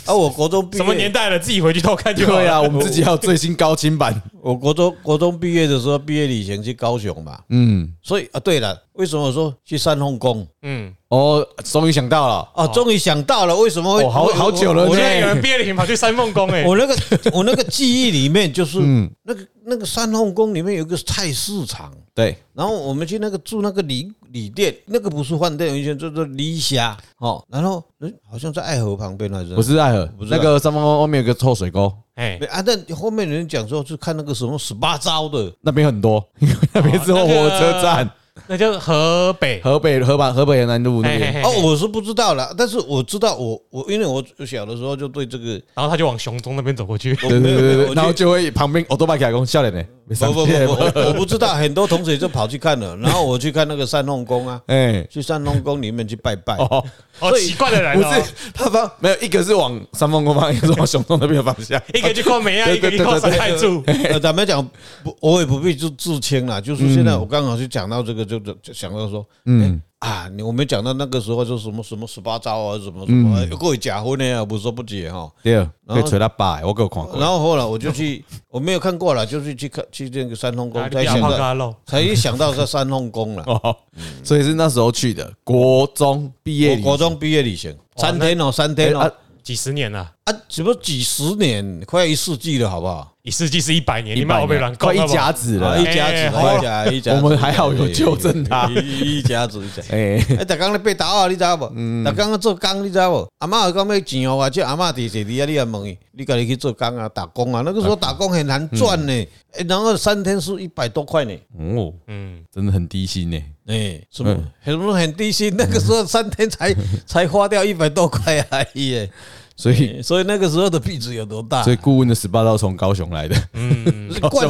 [SPEAKER 3] 啊，我国中毕业
[SPEAKER 1] 什么年代了？自己回去偷看就好
[SPEAKER 2] 对啊，
[SPEAKER 1] 了。
[SPEAKER 2] 我们自己还有最新高清版，
[SPEAKER 3] 我国中国中毕业的时候，毕业旅行去高雄嘛，
[SPEAKER 2] 嗯，
[SPEAKER 3] 所以啊，对了，为什么我说去三凤宫？
[SPEAKER 1] 嗯，
[SPEAKER 2] 哦，终于想到了，
[SPEAKER 1] 哦
[SPEAKER 3] 啊，终于想到了，为什么会
[SPEAKER 2] 哦，好
[SPEAKER 3] 我
[SPEAKER 2] 好久了
[SPEAKER 1] 我
[SPEAKER 2] 呢
[SPEAKER 1] 觉，得有人毕业旅行跑去三凤宫哎
[SPEAKER 3] 我。我那个我那个记忆里面就是
[SPEAKER 2] 嗯
[SPEAKER 3] 那个那个三凤宫里面有一个菜市场，
[SPEAKER 2] 对，
[SPEAKER 3] 然后我们去那个住那个旅旅店，那个不是饭店，以前叫做李霞哦，然后嗯好像在爱河旁边还是
[SPEAKER 2] 不是爱河
[SPEAKER 3] 不，是
[SPEAKER 2] 那个三方外面有个臭水沟，
[SPEAKER 1] 哎
[SPEAKER 3] 对，啊？但后面人讲说去看那个什么十八招的，
[SPEAKER 2] 那边很多，因为那边是
[SPEAKER 1] 哦那
[SPEAKER 2] 火
[SPEAKER 1] 个
[SPEAKER 2] 车站。
[SPEAKER 1] 那叫河北。
[SPEAKER 2] 河北河板河北南路那
[SPEAKER 1] 嘿嘿
[SPEAKER 2] 边，
[SPEAKER 1] 嘿
[SPEAKER 3] 哦，我是不知道了，但是我知道我我因为我小的时候就对这个
[SPEAKER 1] 然后他就往熊中那边走过去。
[SPEAKER 3] 我
[SPEAKER 2] 对
[SPEAKER 3] 没
[SPEAKER 2] 对
[SPEAKER 3] 有
[SPEAKER 2] 对
[SPEAKER 3] 没有
[SPEAKER 2] 对
[SPEAKER 3] 我
[SPEAKER 2] 对，
[SPEAKER 3] 去
[SPEAKER 2] 然后就会旁边我都把给公笑脸呢，没啊
[SPEAKER 3] 不
[SPEAKER 2] 上
[SPEAKER 3] 不不
[SPEAKER 2] 线
[SPEAKER 3] 不，我我不知道，很多同学就跑去看了，然后我去看那个三弄宫啊，
[SPEAKER 2] 哎
[SPEAKER 3] 去三弄宫里面去拜拜。
[SPEAKER 2] 哦，
[SPEAKER 1] 哦，奇怪的人
[SPEAKER 2] 不
[SPEAKER 1] 哦，
[SPEAKER 2] 是他方没有一个是往三峰宫方向，一个是往熊洞那边的方向，
[SPEAKER 1] 一个去靠梅亚，啊
[SPEAKER 2] 对
[SPEAKER 1] 一个去
[SPEAKER 2] 对
[SPEAKER 1] 靠
[SPEAKER 2] 对
[SPEAKER 1] 三
[SPEAKER 2] 对
[SPEAKER 1] 太柱。
[SPEAKER 3] 呃，咱们讲不，我也不必自自谦啦，就是现在
[SPEAKER 2] 嗯
[SPEAKER 3] 我刚好是讲到这个，就就就想到说，嗯啊，你我们讲到那个时候就什么什么十八招啊，什么什么，
[SPEAKER 2] 嗯
[SPEAKER 3] 又过假婚呢，无所不解哈。
[SPEAKER 2] 对，被捶到摆，我给我看
[SPEAKER 3] 然
[SPEAKER 2] 过，
[SPEAKER 3] 后后来我就去，我没有看过了，就是去看去那个三弄宫，才
[SPEAKER 1] 比较
[SPEAKER 3] 想
[SPEAKER 1] 胖
[SPEAKER 3] 到
[SPEAKER 1] 嘎肉，
[SPEAKER 3] 才一想到这三弄宫了。
[SPEAKER 2] 哦，所以是那时候去的，国中 毕业
[SPEAKER 3] 我
[SPEAKER 2] 旅
[SPEAKER 3] 国中毕业旅行三天哦，三天
[SPEAKER 2] 哎
[SPEAKER 3] 哦
[SPEAKER 2] 啊，
[SPEAKER 1] 几十年了，
[SPEAKER 3] 啊，什么几十年，快一世纪了，好不好？
[SPEAKER 1] 一世纪是一百年，你
[SPEAKER 2] 一
[SPEAKER 1] 们
[SPEAKER 2] 百
[SPEAKER 1] 我被乱
[SPEAKER 2] 年快一甲子
[SPEAKER 3] 啊，
[SPEAKER 2] 了
[SPEAKER 3] 一
[SPEAKER 2] 啦，
[SPEAKER 3] 家
[SPEAKER 1] 哎
[SPEAKER 3] 子，
[SPEAKER 1] 好
[SPEAKER 3] 一家一家子，
[SPEAKER 2] 我们还好有纠正他
[SPEAKER 3] 一一一家子一家子。
[SPEAKER 2] 哎，
[SPEAKER 3] 哎，大刚咧被打啊，你知道
[SPEAKER 2] 嗯
[SPEAKER 3] 无？大刚做工，你知道无？阿嬷有讲要钱哦，啊，这阿嬷伫坐伫啊，你也问伊，你家己去做工啊，打工啊，那个时候打工很难赚
[SPEAKER 2] 嗯
[SPEAKER 3] 呢。哎，然后三天是一百多块呢。
[SPEAKER 2] 哦，
[SPEAKER 1] 嗯，
[SPEAKER 2] 真的很低薪呢，
[SPEAKER 3] 哎，什么很很低薪，那个时候三天才才花掉一百多块而已，哎
[SPEAKER 2] 嗯所以
[SPEAKER 3] 所以那个时候的币值有多大？
[SPEAKER 2] 所以顾问的十八道从高雄来的，
[SPEAKER 3] 冠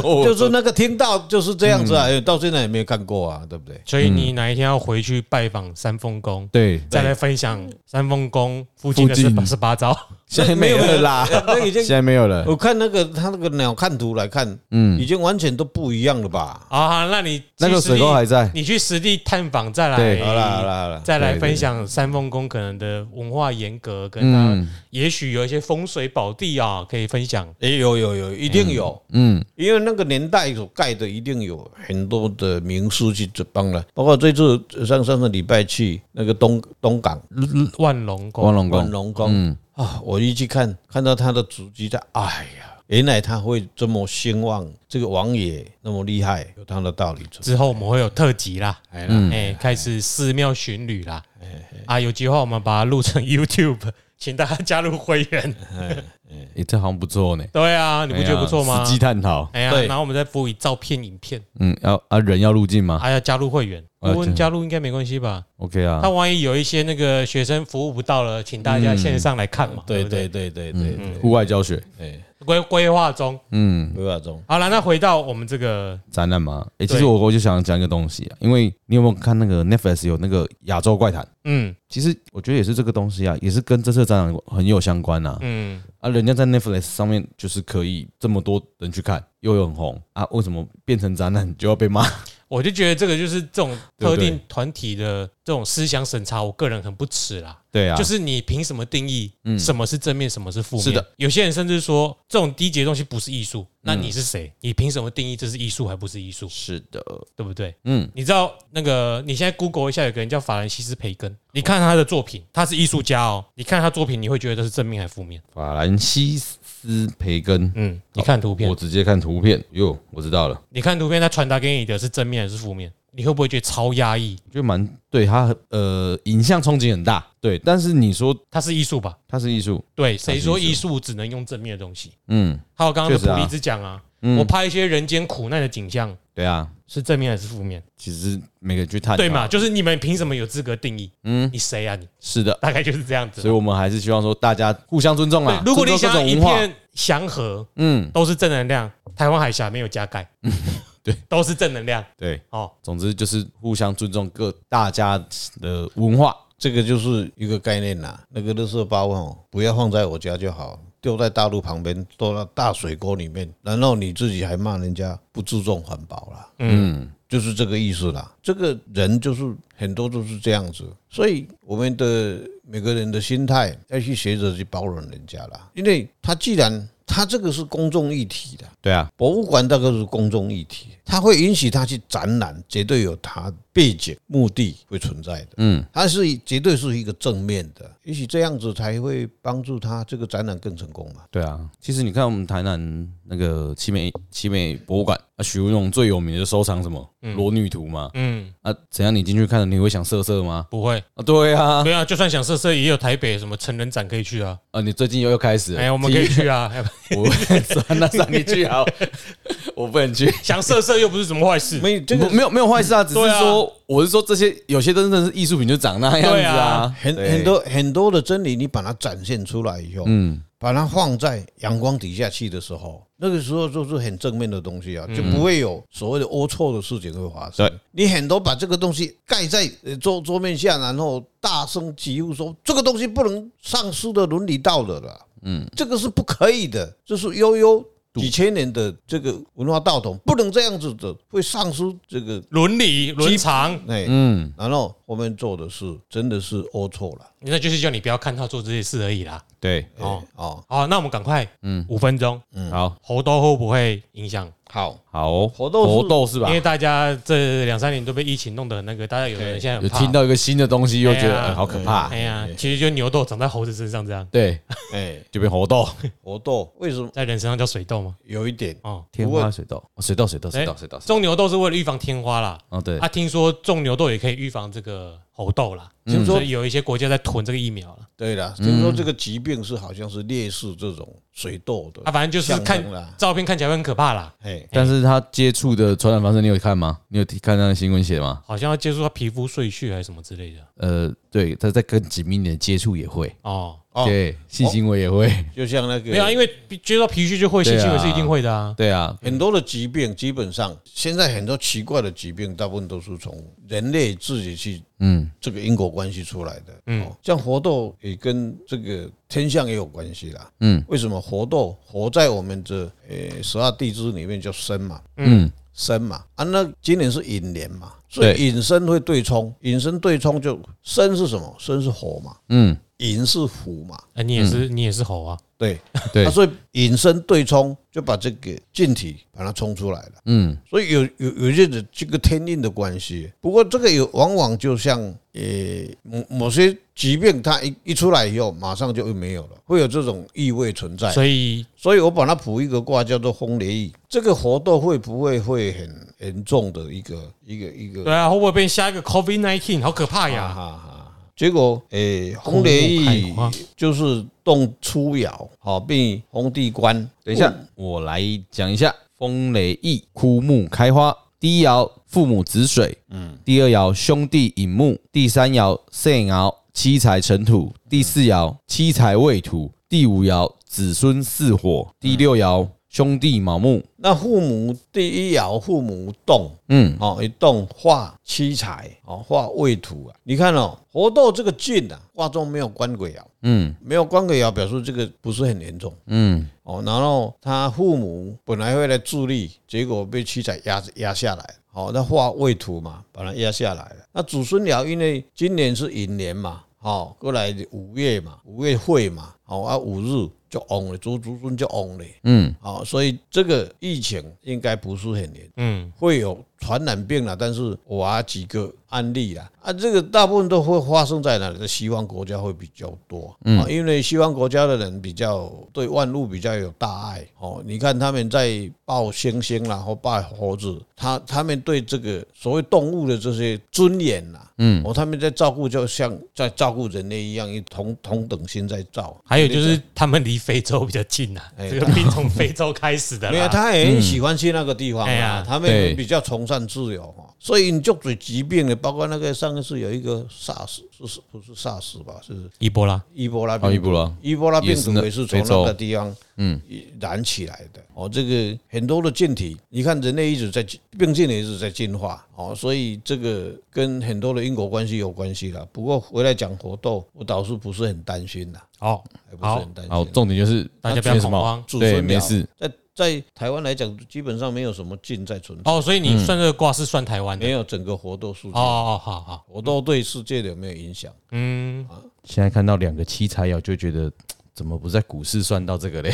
[SPEAKER 2] 高雄
[SPEAKER 3] 就是那个听到就是这样子
[SPEAKER 2] 嗯
[SPEAKER 3] 啊，哎到现在也没有看过啊，对不对？
[SPEAKER 1] 所以你哪一天要回去拜访三凤宫，
[SPEAKER 2] 对，哎
[SPEAKER 1] 再来分享三凤宫附近的
[SPEAKER 2] 附
[SPEAKER 1] 十
[SPEAKER 2] 近
[SPEAKER 1] 八十八招。
[SPEAKER 2] 现在没有了啦，
[SPEAKER 3] 那已 经
[SPEAKER 2] 现在没有了，
[SPEAKER 3] 我看那个他那个鸟瞰图来看，嗯，
[SPEAKER 2] 嗯
[SPEAKER 3] 已经完全都不一样了吧？
[SPEAKER 1] 好好，啊那你去
[SPEAKER 2] 那个
[SPEAKER 1] 实地
[SPEAKER 2] 水沟还在
[SPEAKER 1] 你去实地探访再
[SPEAKER 2] 对
[SPEAKER 3] 好啦好
[SPEAKER 1] 来，
[SPEAKER 3] 啦好啦，
[SPEAKER 1] 再来
[SPEAKER 2] 对对
[SPEAKER 1] 分享三凤宫可能的文化严格，跟它
[SPEAKER 2] 嗯
[SPEAKER 1] 也许有一些风水宝地啊，可以分享。
[SPEAKER 3] 哎、有有有，一定有，
[SPEAKER 2] 嗯，
[SPEAKER 3] 因为那个年代所盖的，一定有很多的名师去帮了，包括这次上上个礼拜去那个东东港
[SPEAKER 1] 万隆宫
[SPEAKER 2] 光，荣
[SPEAKER 3] 万
[SPEAKER 2] 宫，
[SPEAKER 3] 隆宫
[SPEAKER 2] 嗯，
[SPEAKER 3] 啊，我一去看，看到他的足迹在，哎呀，原来他会这么兴旺，这个王爷那么厉害，有他的道理存。
[SPEAKER 1] 之后我们会有特辑啦，
[SPEAKER 3] 哎啦，
[SPEAKER 1] 哎，开始寺庙巡旅啦，啊，有机会我们把它录成 YouTube，请大家加入会员。
[SPEAKER 2] 诶，哎这好像不错呢，
[SPEAKER 1] 对啊，你不觉得不错吗
[SPEAKER 2] 实？际探讨，
[SPEAKER 1] 哎呀，
[SPEAKER 3] 对
[SPEAKER 1] 然后我们再辅以照片、影片，
[SPEAKER 2] 嗯，要啊人要入境吗
[SPEAKER 1] 还要加入会员。
[SPEAKER 2] 啊
[SPEAKER 1] 我问
[SPEAKER 2] 对
[SPEAKER 1] 加入应该没关系吧？
[SPEAKER 2] ？OK
[SPEAKER 1] 他
[SPEAKER 2] 啊，
[SPEAKER 1] 万一有一些那个学生服务不到了，请大家线上来看
[SPEAKER 2] 嗯
[SPEAKER 1] 嘛。
[SPEAKER 3] 对
[SPEAKER 1] 不对
[SPEAKER 3] 对对对对对，
[SPEAKER 2] 户外教学，
[SPEAKER 3] 哎，
[SPEAKER 1] 规规划中。
[SPEAKER 2] 嗯，
[SPEAKER 3] 规划中，
[SPEAKER 1] 好了，那回到我们这个
[SPEAKER 2] 展览嘛，诶，其
[SPEAKER 1] 对
[SPEAKER 2] 实我我就想讲一个东西啊，因为你有没有看那个 Netflix 有那个亚洲怪谈？
[SPEAKER 1] 嗯
[SPEAKER 2] 其实我觉得也是这个东西啊，也是跟这次的展览很有相关啊。
[SPEAKER 1] 嗯
[SPEAKER 2] 啊，人家在 Netflix 上面就是可以这么多人去看，又有很红啊，为什么变成展览就要被骂？
[SPEAKER 1] 我就觉得这个就是这种
[SPEAKER 2] 对
[SPEAKER 1] 特
[SPEAKER 2] 不对
[SPEAKER 1] 定团体的这种思想审查，我个人很不耻啦。
[SPEAKER 2] 对啊，
[SPEAKER 1] 就是你凭什么定义
[SPEAKER 2] 嗯
[SPEAKER 1] 什么是正面，什么是负面？
[SPEAKER 2] 是的，嗯
[SPEAKER 1] 有些人甚至说这种低级的东西不是艺术，那你是谁？你凭什么定义这是艺术还不是艺术？
[SPEAKER 2] 是的，
[SPEAKER 1] 对不对？
[SPEAKER 2] 嗯，
[SPEAKER 1] 你知道那个你现在 Google 一下，有个人叫法兰西斯培根，你看他的作品，他是艺术家哦。你看他作品，你会觉得这是正面还是负面？
[SPEAKER 2] 法兰西斯培根，
[SPEAKER 1] 嗯，你看图
[SPEAKER 2] 我
[SPEAKER 1] 片，
[SPEAKER 2] 直接看图片，哟，我知道了，
[SPEAKER 1] 你看图片，他传达给你的是正面还是负面？你会不会觉得超压抑？
[SPEAKER 2] 就蛮对它呃影像冲击很大，对，但是你说
[SPEAKER 1] 它是艺术吧？
[SPEAKER 2] 它是艺术，
[SPEAKER 1] 对，谁说艺术只能用正面的东西？
[SPEAKER 2] 嗯，
[SPEAKER 1] 还有刚刚的
[SPEAKER 2] 确实
[SPEAKER 1] 普
[SPEAKER 2] 啊
[SPEAKER 1] 利兹奖啊，
[SPEAKER 2] 嗯
[SPEAKER 1] 我拍一些人间苦难的景象，
[SPEAKER 2] 对啊，
[SPEAKER 1] 是正面还是负面？
[SPEAKER 2] 其实每个人去探讨
[SPEAKER 1] 对嘛？？就是你们凭什么有资格定义？嗯
[SPEAKER 2] 嗯，
[SPEAKER 1] 你谁啊你？
[SPEAKER 2] 是的，
[SPEAKER 1] 大概就是这样子
[SPEAKER 2] 所以。我们还是希望说大家互相尊重
[SPEAKER 1] 啊对
[SPEAKER 2] 啦，，
[SPEAKER 1] 如果你
[SPEAKER 2] 尊重
[SPEAKER 1] 想
[SPEAKER 2] 各
[SPEAKER 1] 要
[SPEAKER 2] 种
[SPEAKER 1] 一
[SPEAKER 2] 文化，
[SPEAKER 1] 片祥和，
[SPEAKER 2] 嗯，
[SPEAKER 1] 都是正能量，台湾海峡没有加盖，
[SPEAKER 2] 对，
[SPEAKER 1] 都是正能量
[SPEAKER 2] 对，
[SPEAKER 1] 哦。
[SPEAKER 2] 总之就是互相尊重各大家的文化。
[SPEAKER 3] 这个就是一个概念啦。那个垃圾包哦，不要放在我家就好，丢在大陆旁边，丢到大水沟里面，然后你自己还骂人家不注重环保啦。
[SPEAKER 1] 嗯，
[SPEAKER 3] 就是这个意思啦。这个人就是很多都是这样子，所以我们的每个人的心态要去学着去包容人家啦，因为他既然他这个是公众议题的，
[SPEAKER 2] 对啊，
[SPEAKER 3] 博物馆大概是公众议题，它会允许它去展览，绝对有它背景目的会存在的。
[SPEAKER 2] 嗯，
[SPEAKER 3] 它是绝对是一个正面的，也许这样子才会帮助它这个展览更成功嘛。
[SPEAKER 2] 对啊。其实你看我们台南那个奇美奇美博物馆，啊，许文龙最有名的就收藏什么裸女图嘛，
[SPEAKER 1] 嗯，
[SPEAKER 2] 啊，怎样你进去看了你会想色色吗？
[SPEAKER 1] 不会，
[SPEAKER 2] 啊，对啊，
[SPEAKER 1] 对啊，就算想色色，也有台北什么成人展可以去啊。
[SPEAKER 2] 啊，你最近又又开始了，
[SPEAKER 1] 哎，我们可以去啊，
[SPEAKER 2] 自己，我 算了，算你去好，我不能去。
[SPEAKER 1] 想色色又不是什么坏事。
[SPEAKER 3] 没有这个
[SPEAKER 2] 没有没有坏事啊，只
[SPEAKER 1] 对
[SPEAKER 2] 是
[SPEAKER 1] 啊
[SPEAKER 2] 说我是说这些有些真的是艺术品就长那样子
[SPEAKER 1] 对啊
[SPEAKER 2] 啊，
[SPEAKER 3] 很
[SPEAKER 2] 对
[SPEAKER 3] 很多很多的真理，你把它展现出来以后，嗯，把它放在阳光底下去的时候，那个时候就是很正面的东西啊，
[SPEAKER 2] 嗯
[SPEAKER 3] 就不会有所谓的龌龊的事情会发生
[SPEAKER 2] 对。
[SPEAKER 3] 你很多把这个东西盖在呃桌桌面下，然后大声疾呼说这个东西不能丧失的伦理道德了，嗯，这个是不可以的，这是悠悠。几千年的这个文化道统不能这样子的，会丧失这个
[SPEAKER 1] 伦理伦常，
[SPEAKER 3] 哎，
[SPEAKER 2] 嗯，
[SPEAKER 3] 然后我们做的事真的是龌龊了。
[SPEAKER 1] 那就是叫你不要看他做这些事而已啦。
[SPEAKER 2] 对，
[SPEAKER 1] 哦
[SPEAKER 3] 哦哦，
[SPEAKER 1] 好，那我们赶快，嗯，五分钟，
[SPEAKER 2] 好
[SPEAKER 1] 猴痘会不会影响？
[SPEAKER 3] 好，
[SPEAKER 2] 好哦
[SPEAKER 3] 活动是
[SPEAKER 2] 活动是吧
[SPEAKER 1] 因？为大家这两三年都被疫情弄得很那个，大家有的人
[SPEAKER 3] 对
[SPEAKER 1] 现在
[SPEAKER 2] 有
[SPEAKER 1] 很怕
[SPEAKER 2] 听，到一个新的东西又觉
[SPEAKER 1] 哎
[SPEAKER 2] 得
[SPEAKER 1] 呀
[SPEAKER 2] 哎好可怕
[SPEAKER 1] 哎，呀，其实就牛痘长在猴子身上这样，
[SPEAKER 2] 对，
[SPEAKER 3] 哎，
[SPEAKER 2] 就变活动。
[SPEAKER 3] 活动为什么
[SPEAKER 1] 在人身上叫水痘吗？
[SPEAKER 3] 有一点？
[SPEAKER 1] 哦，
[SPEAKER 2] 天
[SPEAKER 3] 花
[SPEAKER 2] 花水痘，水痘水痘水痘水痘，
[SPEAKER 1] 哎种牛痘是为了预防天花啦。
[SPEAKER 2] 哦对
[SPEAKER 1] 啊，，听说种牛痘也可以预防这个猴痘啦，
[SPEAKER 2] 嗯
[SPEAKER 1] 听说有一些国家在囤这个疫苗了。
[SPEAKER 3] 对了，
[SPEAKER 1] 嗯
[SPEAKER 3] 听说这个疾病是好像是烈士这种水痘的
[SPEAKER 1] 啊，，反正就是看
[SPEAKER 3] 象征啦
[SPEAKER 1] 照片看起来会很可怕啦，
[SPEAKER 3] 哎，
[SPEAKER 2] 但是他接触的传染方式你有看吗？你有看那个新闻写吗？
[SPEAKER 1] 好像要接触到皮肤碎屑还是什么之类的。
[SPEAKER 2] 呃，对，他在更紧密的接触也会，
[SPEAKER 1] 哦，
[SPEAKER 3] 哦
[SPEAKER 2] 对，性行为也会，
[SPEAKER 3] 就像那
[SPEAKER 1] 没有、啊，
[SPEAKER 3] 个
[SPEAKER 1] 因为接触到皮屑就会，性
[SPEAKER 2] 对啊
[SPEAKER 1] 行为是一定会的啊。
[SPEAKER 2] 对啊，
[SPEAKER 3] 很多的疾病，基本上现在很多奇怪的疾病，大部分都是从人类自己去
[SPEAKER 2] 嗯，
[SPEAKER 3] 这个因果关系出来的。嗯，像活豆也跟这个天象也有关系啦。
[SPEAKER 2] 嗯，
[SPEAKER 3] 为什么活豆活在我们这呃十二地支里面叫申嘛？
[SPEAKER 2] 嗯，
[SPEAKER 3] 申嘛啊，那今年是寅年嘛，所以
[SPEAKER 2] 对
[SPEAKER 3] 寅申会对冲，寅申对冲就申是什么？申是火嘛，
[SPEAKER 2] 嗯，
[SPEAKER 3] 寅是虎嘛，
[SPEAKER 1] 哎，你也是你也是猴啊，
[SPEAKER 3] 对，
[SPEAKER 2] 对
[SPEAKER 3] 啊、，所以引申对冲就把这个劲体把它冲出来了。
[SPEAKER 2] 嗯，
[SPEAKER 3] 所以有有有些的这个天命的关系，不过这个有往往就像呃某某些疾病，它一一出来以后，马上就又没有了，会有这种异味存在。
[SPEAKER 1] 所以
[SPEAKER 3] 所以我把它卜一个卦叫做风雷翼，这个活动会不会会很严重的一个一个一个？
[SPEAKER 1] 对啊，会不会被下一个 COVID nineteen 好可怕
[SPEAKER 3] 哈
[SPEAKER 1] 呀？
[SPEAKER 3] 哈哈！结果诶，风雷翼
[SPEAKER 1] 看花
[SPEAKER 3] 就是动初爻，好并红地官。
[SPEAKER 2] 等
[SPEAKER 1] 哦
[SPEAKER 2] 一下，我来讲一下风雷翼枯木开花。第一爻父母子水，嗯，第二爻兄弟引木，第三爻肾爻七财成土，第四爻七财未土，第五爻子孙巳火，第六爻兄弟卯木，
[SPEAKER 3] 那父母第一爻父母动，
[SPEAKER 2] 嗯，
[SPEAKER 3] 哦，一动化七财，哦，化未土啊。你看哦，活斗这个劲啊，卦中没有官鬼爻，啊
[SPEAKER 2] 嗯
[SPEAKER 3] 没有官鬼爻表示这个不是很严重
[SPEAKER 2] 嗯
[SPEAKER 3] 哦。然后他父母本来会来助力，结果被七财压压下来。好、那化未土嘛，把它压下来了。那祖孙爻因为今年是寅年嘛，好、过来五月嘛，五月会嘛，好、啊五日就翁了，祖祖孙就翁了。
[SPEAKER 2] 嗯，
[SPEAKER 3] 好、所以这个疫情应该不是很严重
[SPEAKER 1] 嗯，
[SPEAKER 3] 会有传染病啦，但是我啊几个案例啦，啊，这个大部分都会发生在哪里？在西方国家会比较多，
[SPEAKER 1] 嗯
[SPEAKER 3] 啊，因为西方国家的人比较对万物比较有大爱哦。你看他们在抱猩猩啦，或抱猴子，他他们对这个所谓动物的这些尊严啦，嗯，哦，他们在照顾就像在照顾人类一样，以同同等心在照。
[SPEAKER 1] 还有就是他们离非洲比较近啊，
[SPEAKER 3] 哎
[SPEAKER 1] 这个病从非洲开始的
[SPEAKER 3] 没有，
[SPEAKER 1] 啦。
[SPEAKER 3] 他也很喜欢去那个地方
[SPEAKER 1] 哎
[SPEAKER 3] 啊
[SPEAKER 1] 呀，
[SPEAKER 3] 他
[SPEAKER 2] 对
[SPEAKER 3] 们比较崇尚自由哈，所以你就嘴疾病的，包括那个上一次有一个 SARS，是是不是 SARS 吧？是
[SPEAKER 1] 伊波拉，
[SPEAKER 3] 伊波拉
[SPEAKER 2] 奥
[SPEAKER 3] 病
[SPEAKER 2] 利布
[SPEAKER 3] 毒。
[SPEAKER 2] 了，
[SPEAKER 3] 伊波拉病
[SPEAKER 2] 也是
[SPEAKER 3] 毒
[SPEAKER 2] 那
[SPEAKER 3] 也是从
[SPEAKER 2] 非洲
[SPEAKER 3] 那个地方
[SPEAKER 2] 嗯
[SPEAKER 3] 燃起来的哦。这个很多的菌体，你看人类一直在进病菌也一直在进化哦，所以这个跟很多的因果关系有关系啦。不过回来讲活动，我倒是不是很担心啦，
[SPEAKER 1] 好，
[SPEAKER 3] 还不是很担心。
[SPEAKER 2] 好，重点就是
[SPEAKER 1] 大家不要恐慌
[SPEAKER 3] 祖
[SPEAKER 2] 对，
[SPEAKER 3] 孙
[SPEAKER 2] 没
[SPEAKER 3] 鸟
[SPEAKER 2] 事，
[SPEAKER 3] 在在台湾来讲，基本上没有什么劲在存在，
[SPEAKER 1] 哦，所以你算这个卦是算台湾的
[SPEAKER 3] 没有整个活动数
[SPEAKER 1] 哦
[SPEAKER 3] 据，
[SPEAKER 1] 哦，好好，
[SPEAKER 3] 活动对世界有没有影响？
[SPEAKER 1] 嗯，
[SPEAKER 2] 现在看到两个七财爻就觉得。怎么不在股市算到这个嘞？。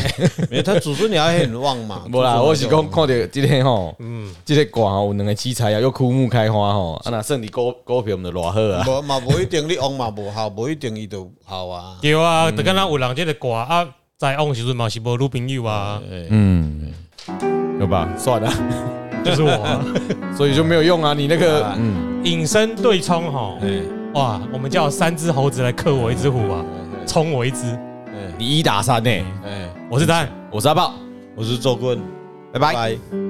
[SPEAKER 3] 没有，他祖孙鸟也很旺 嘛
[SPEAKER 2] 无啦，
[SPEAKER 3] 祖孙鸟
[SPEAKER 2] 我是讲
[SPEAKER 3] 就
[SPEAKER 2] 看到今天吼，嗯，这个瓜吼有两个七彩啊，又枯木开花吼，啊那剩你股股票我们就偌好啊。
[SPEAKER 3] 无嘛，无一定你旺嘛无效，无一定伊就 效啊。
[SPEAKER 1] 对啊，就敢若有人这个卦啊，在往时阵嘛是无女朋友啊，
[SPEAKER 2] 嗯，有吧？算了，
[SPEAKER 1] 就是我啊
[SPEAKER 2] 所以就没有用啊。你那个，嗯，
[SPEAKER 1] 引申对冲吼，哇，我们叫三只猴子来克我一只虎啊，冲我一只，
[SPEAKER 2] 你一打三呢、
[SPEAKER 3] 哎，
[SPEAKER 1] 我是丹。
[SPEAKER 2] 我是阿豹，
[SPEAKER 3] 我是周棍，
[SPEAKER 2] 拜拜。
[SPEAKER 3] 拜。
[SPEAKER 2] 啊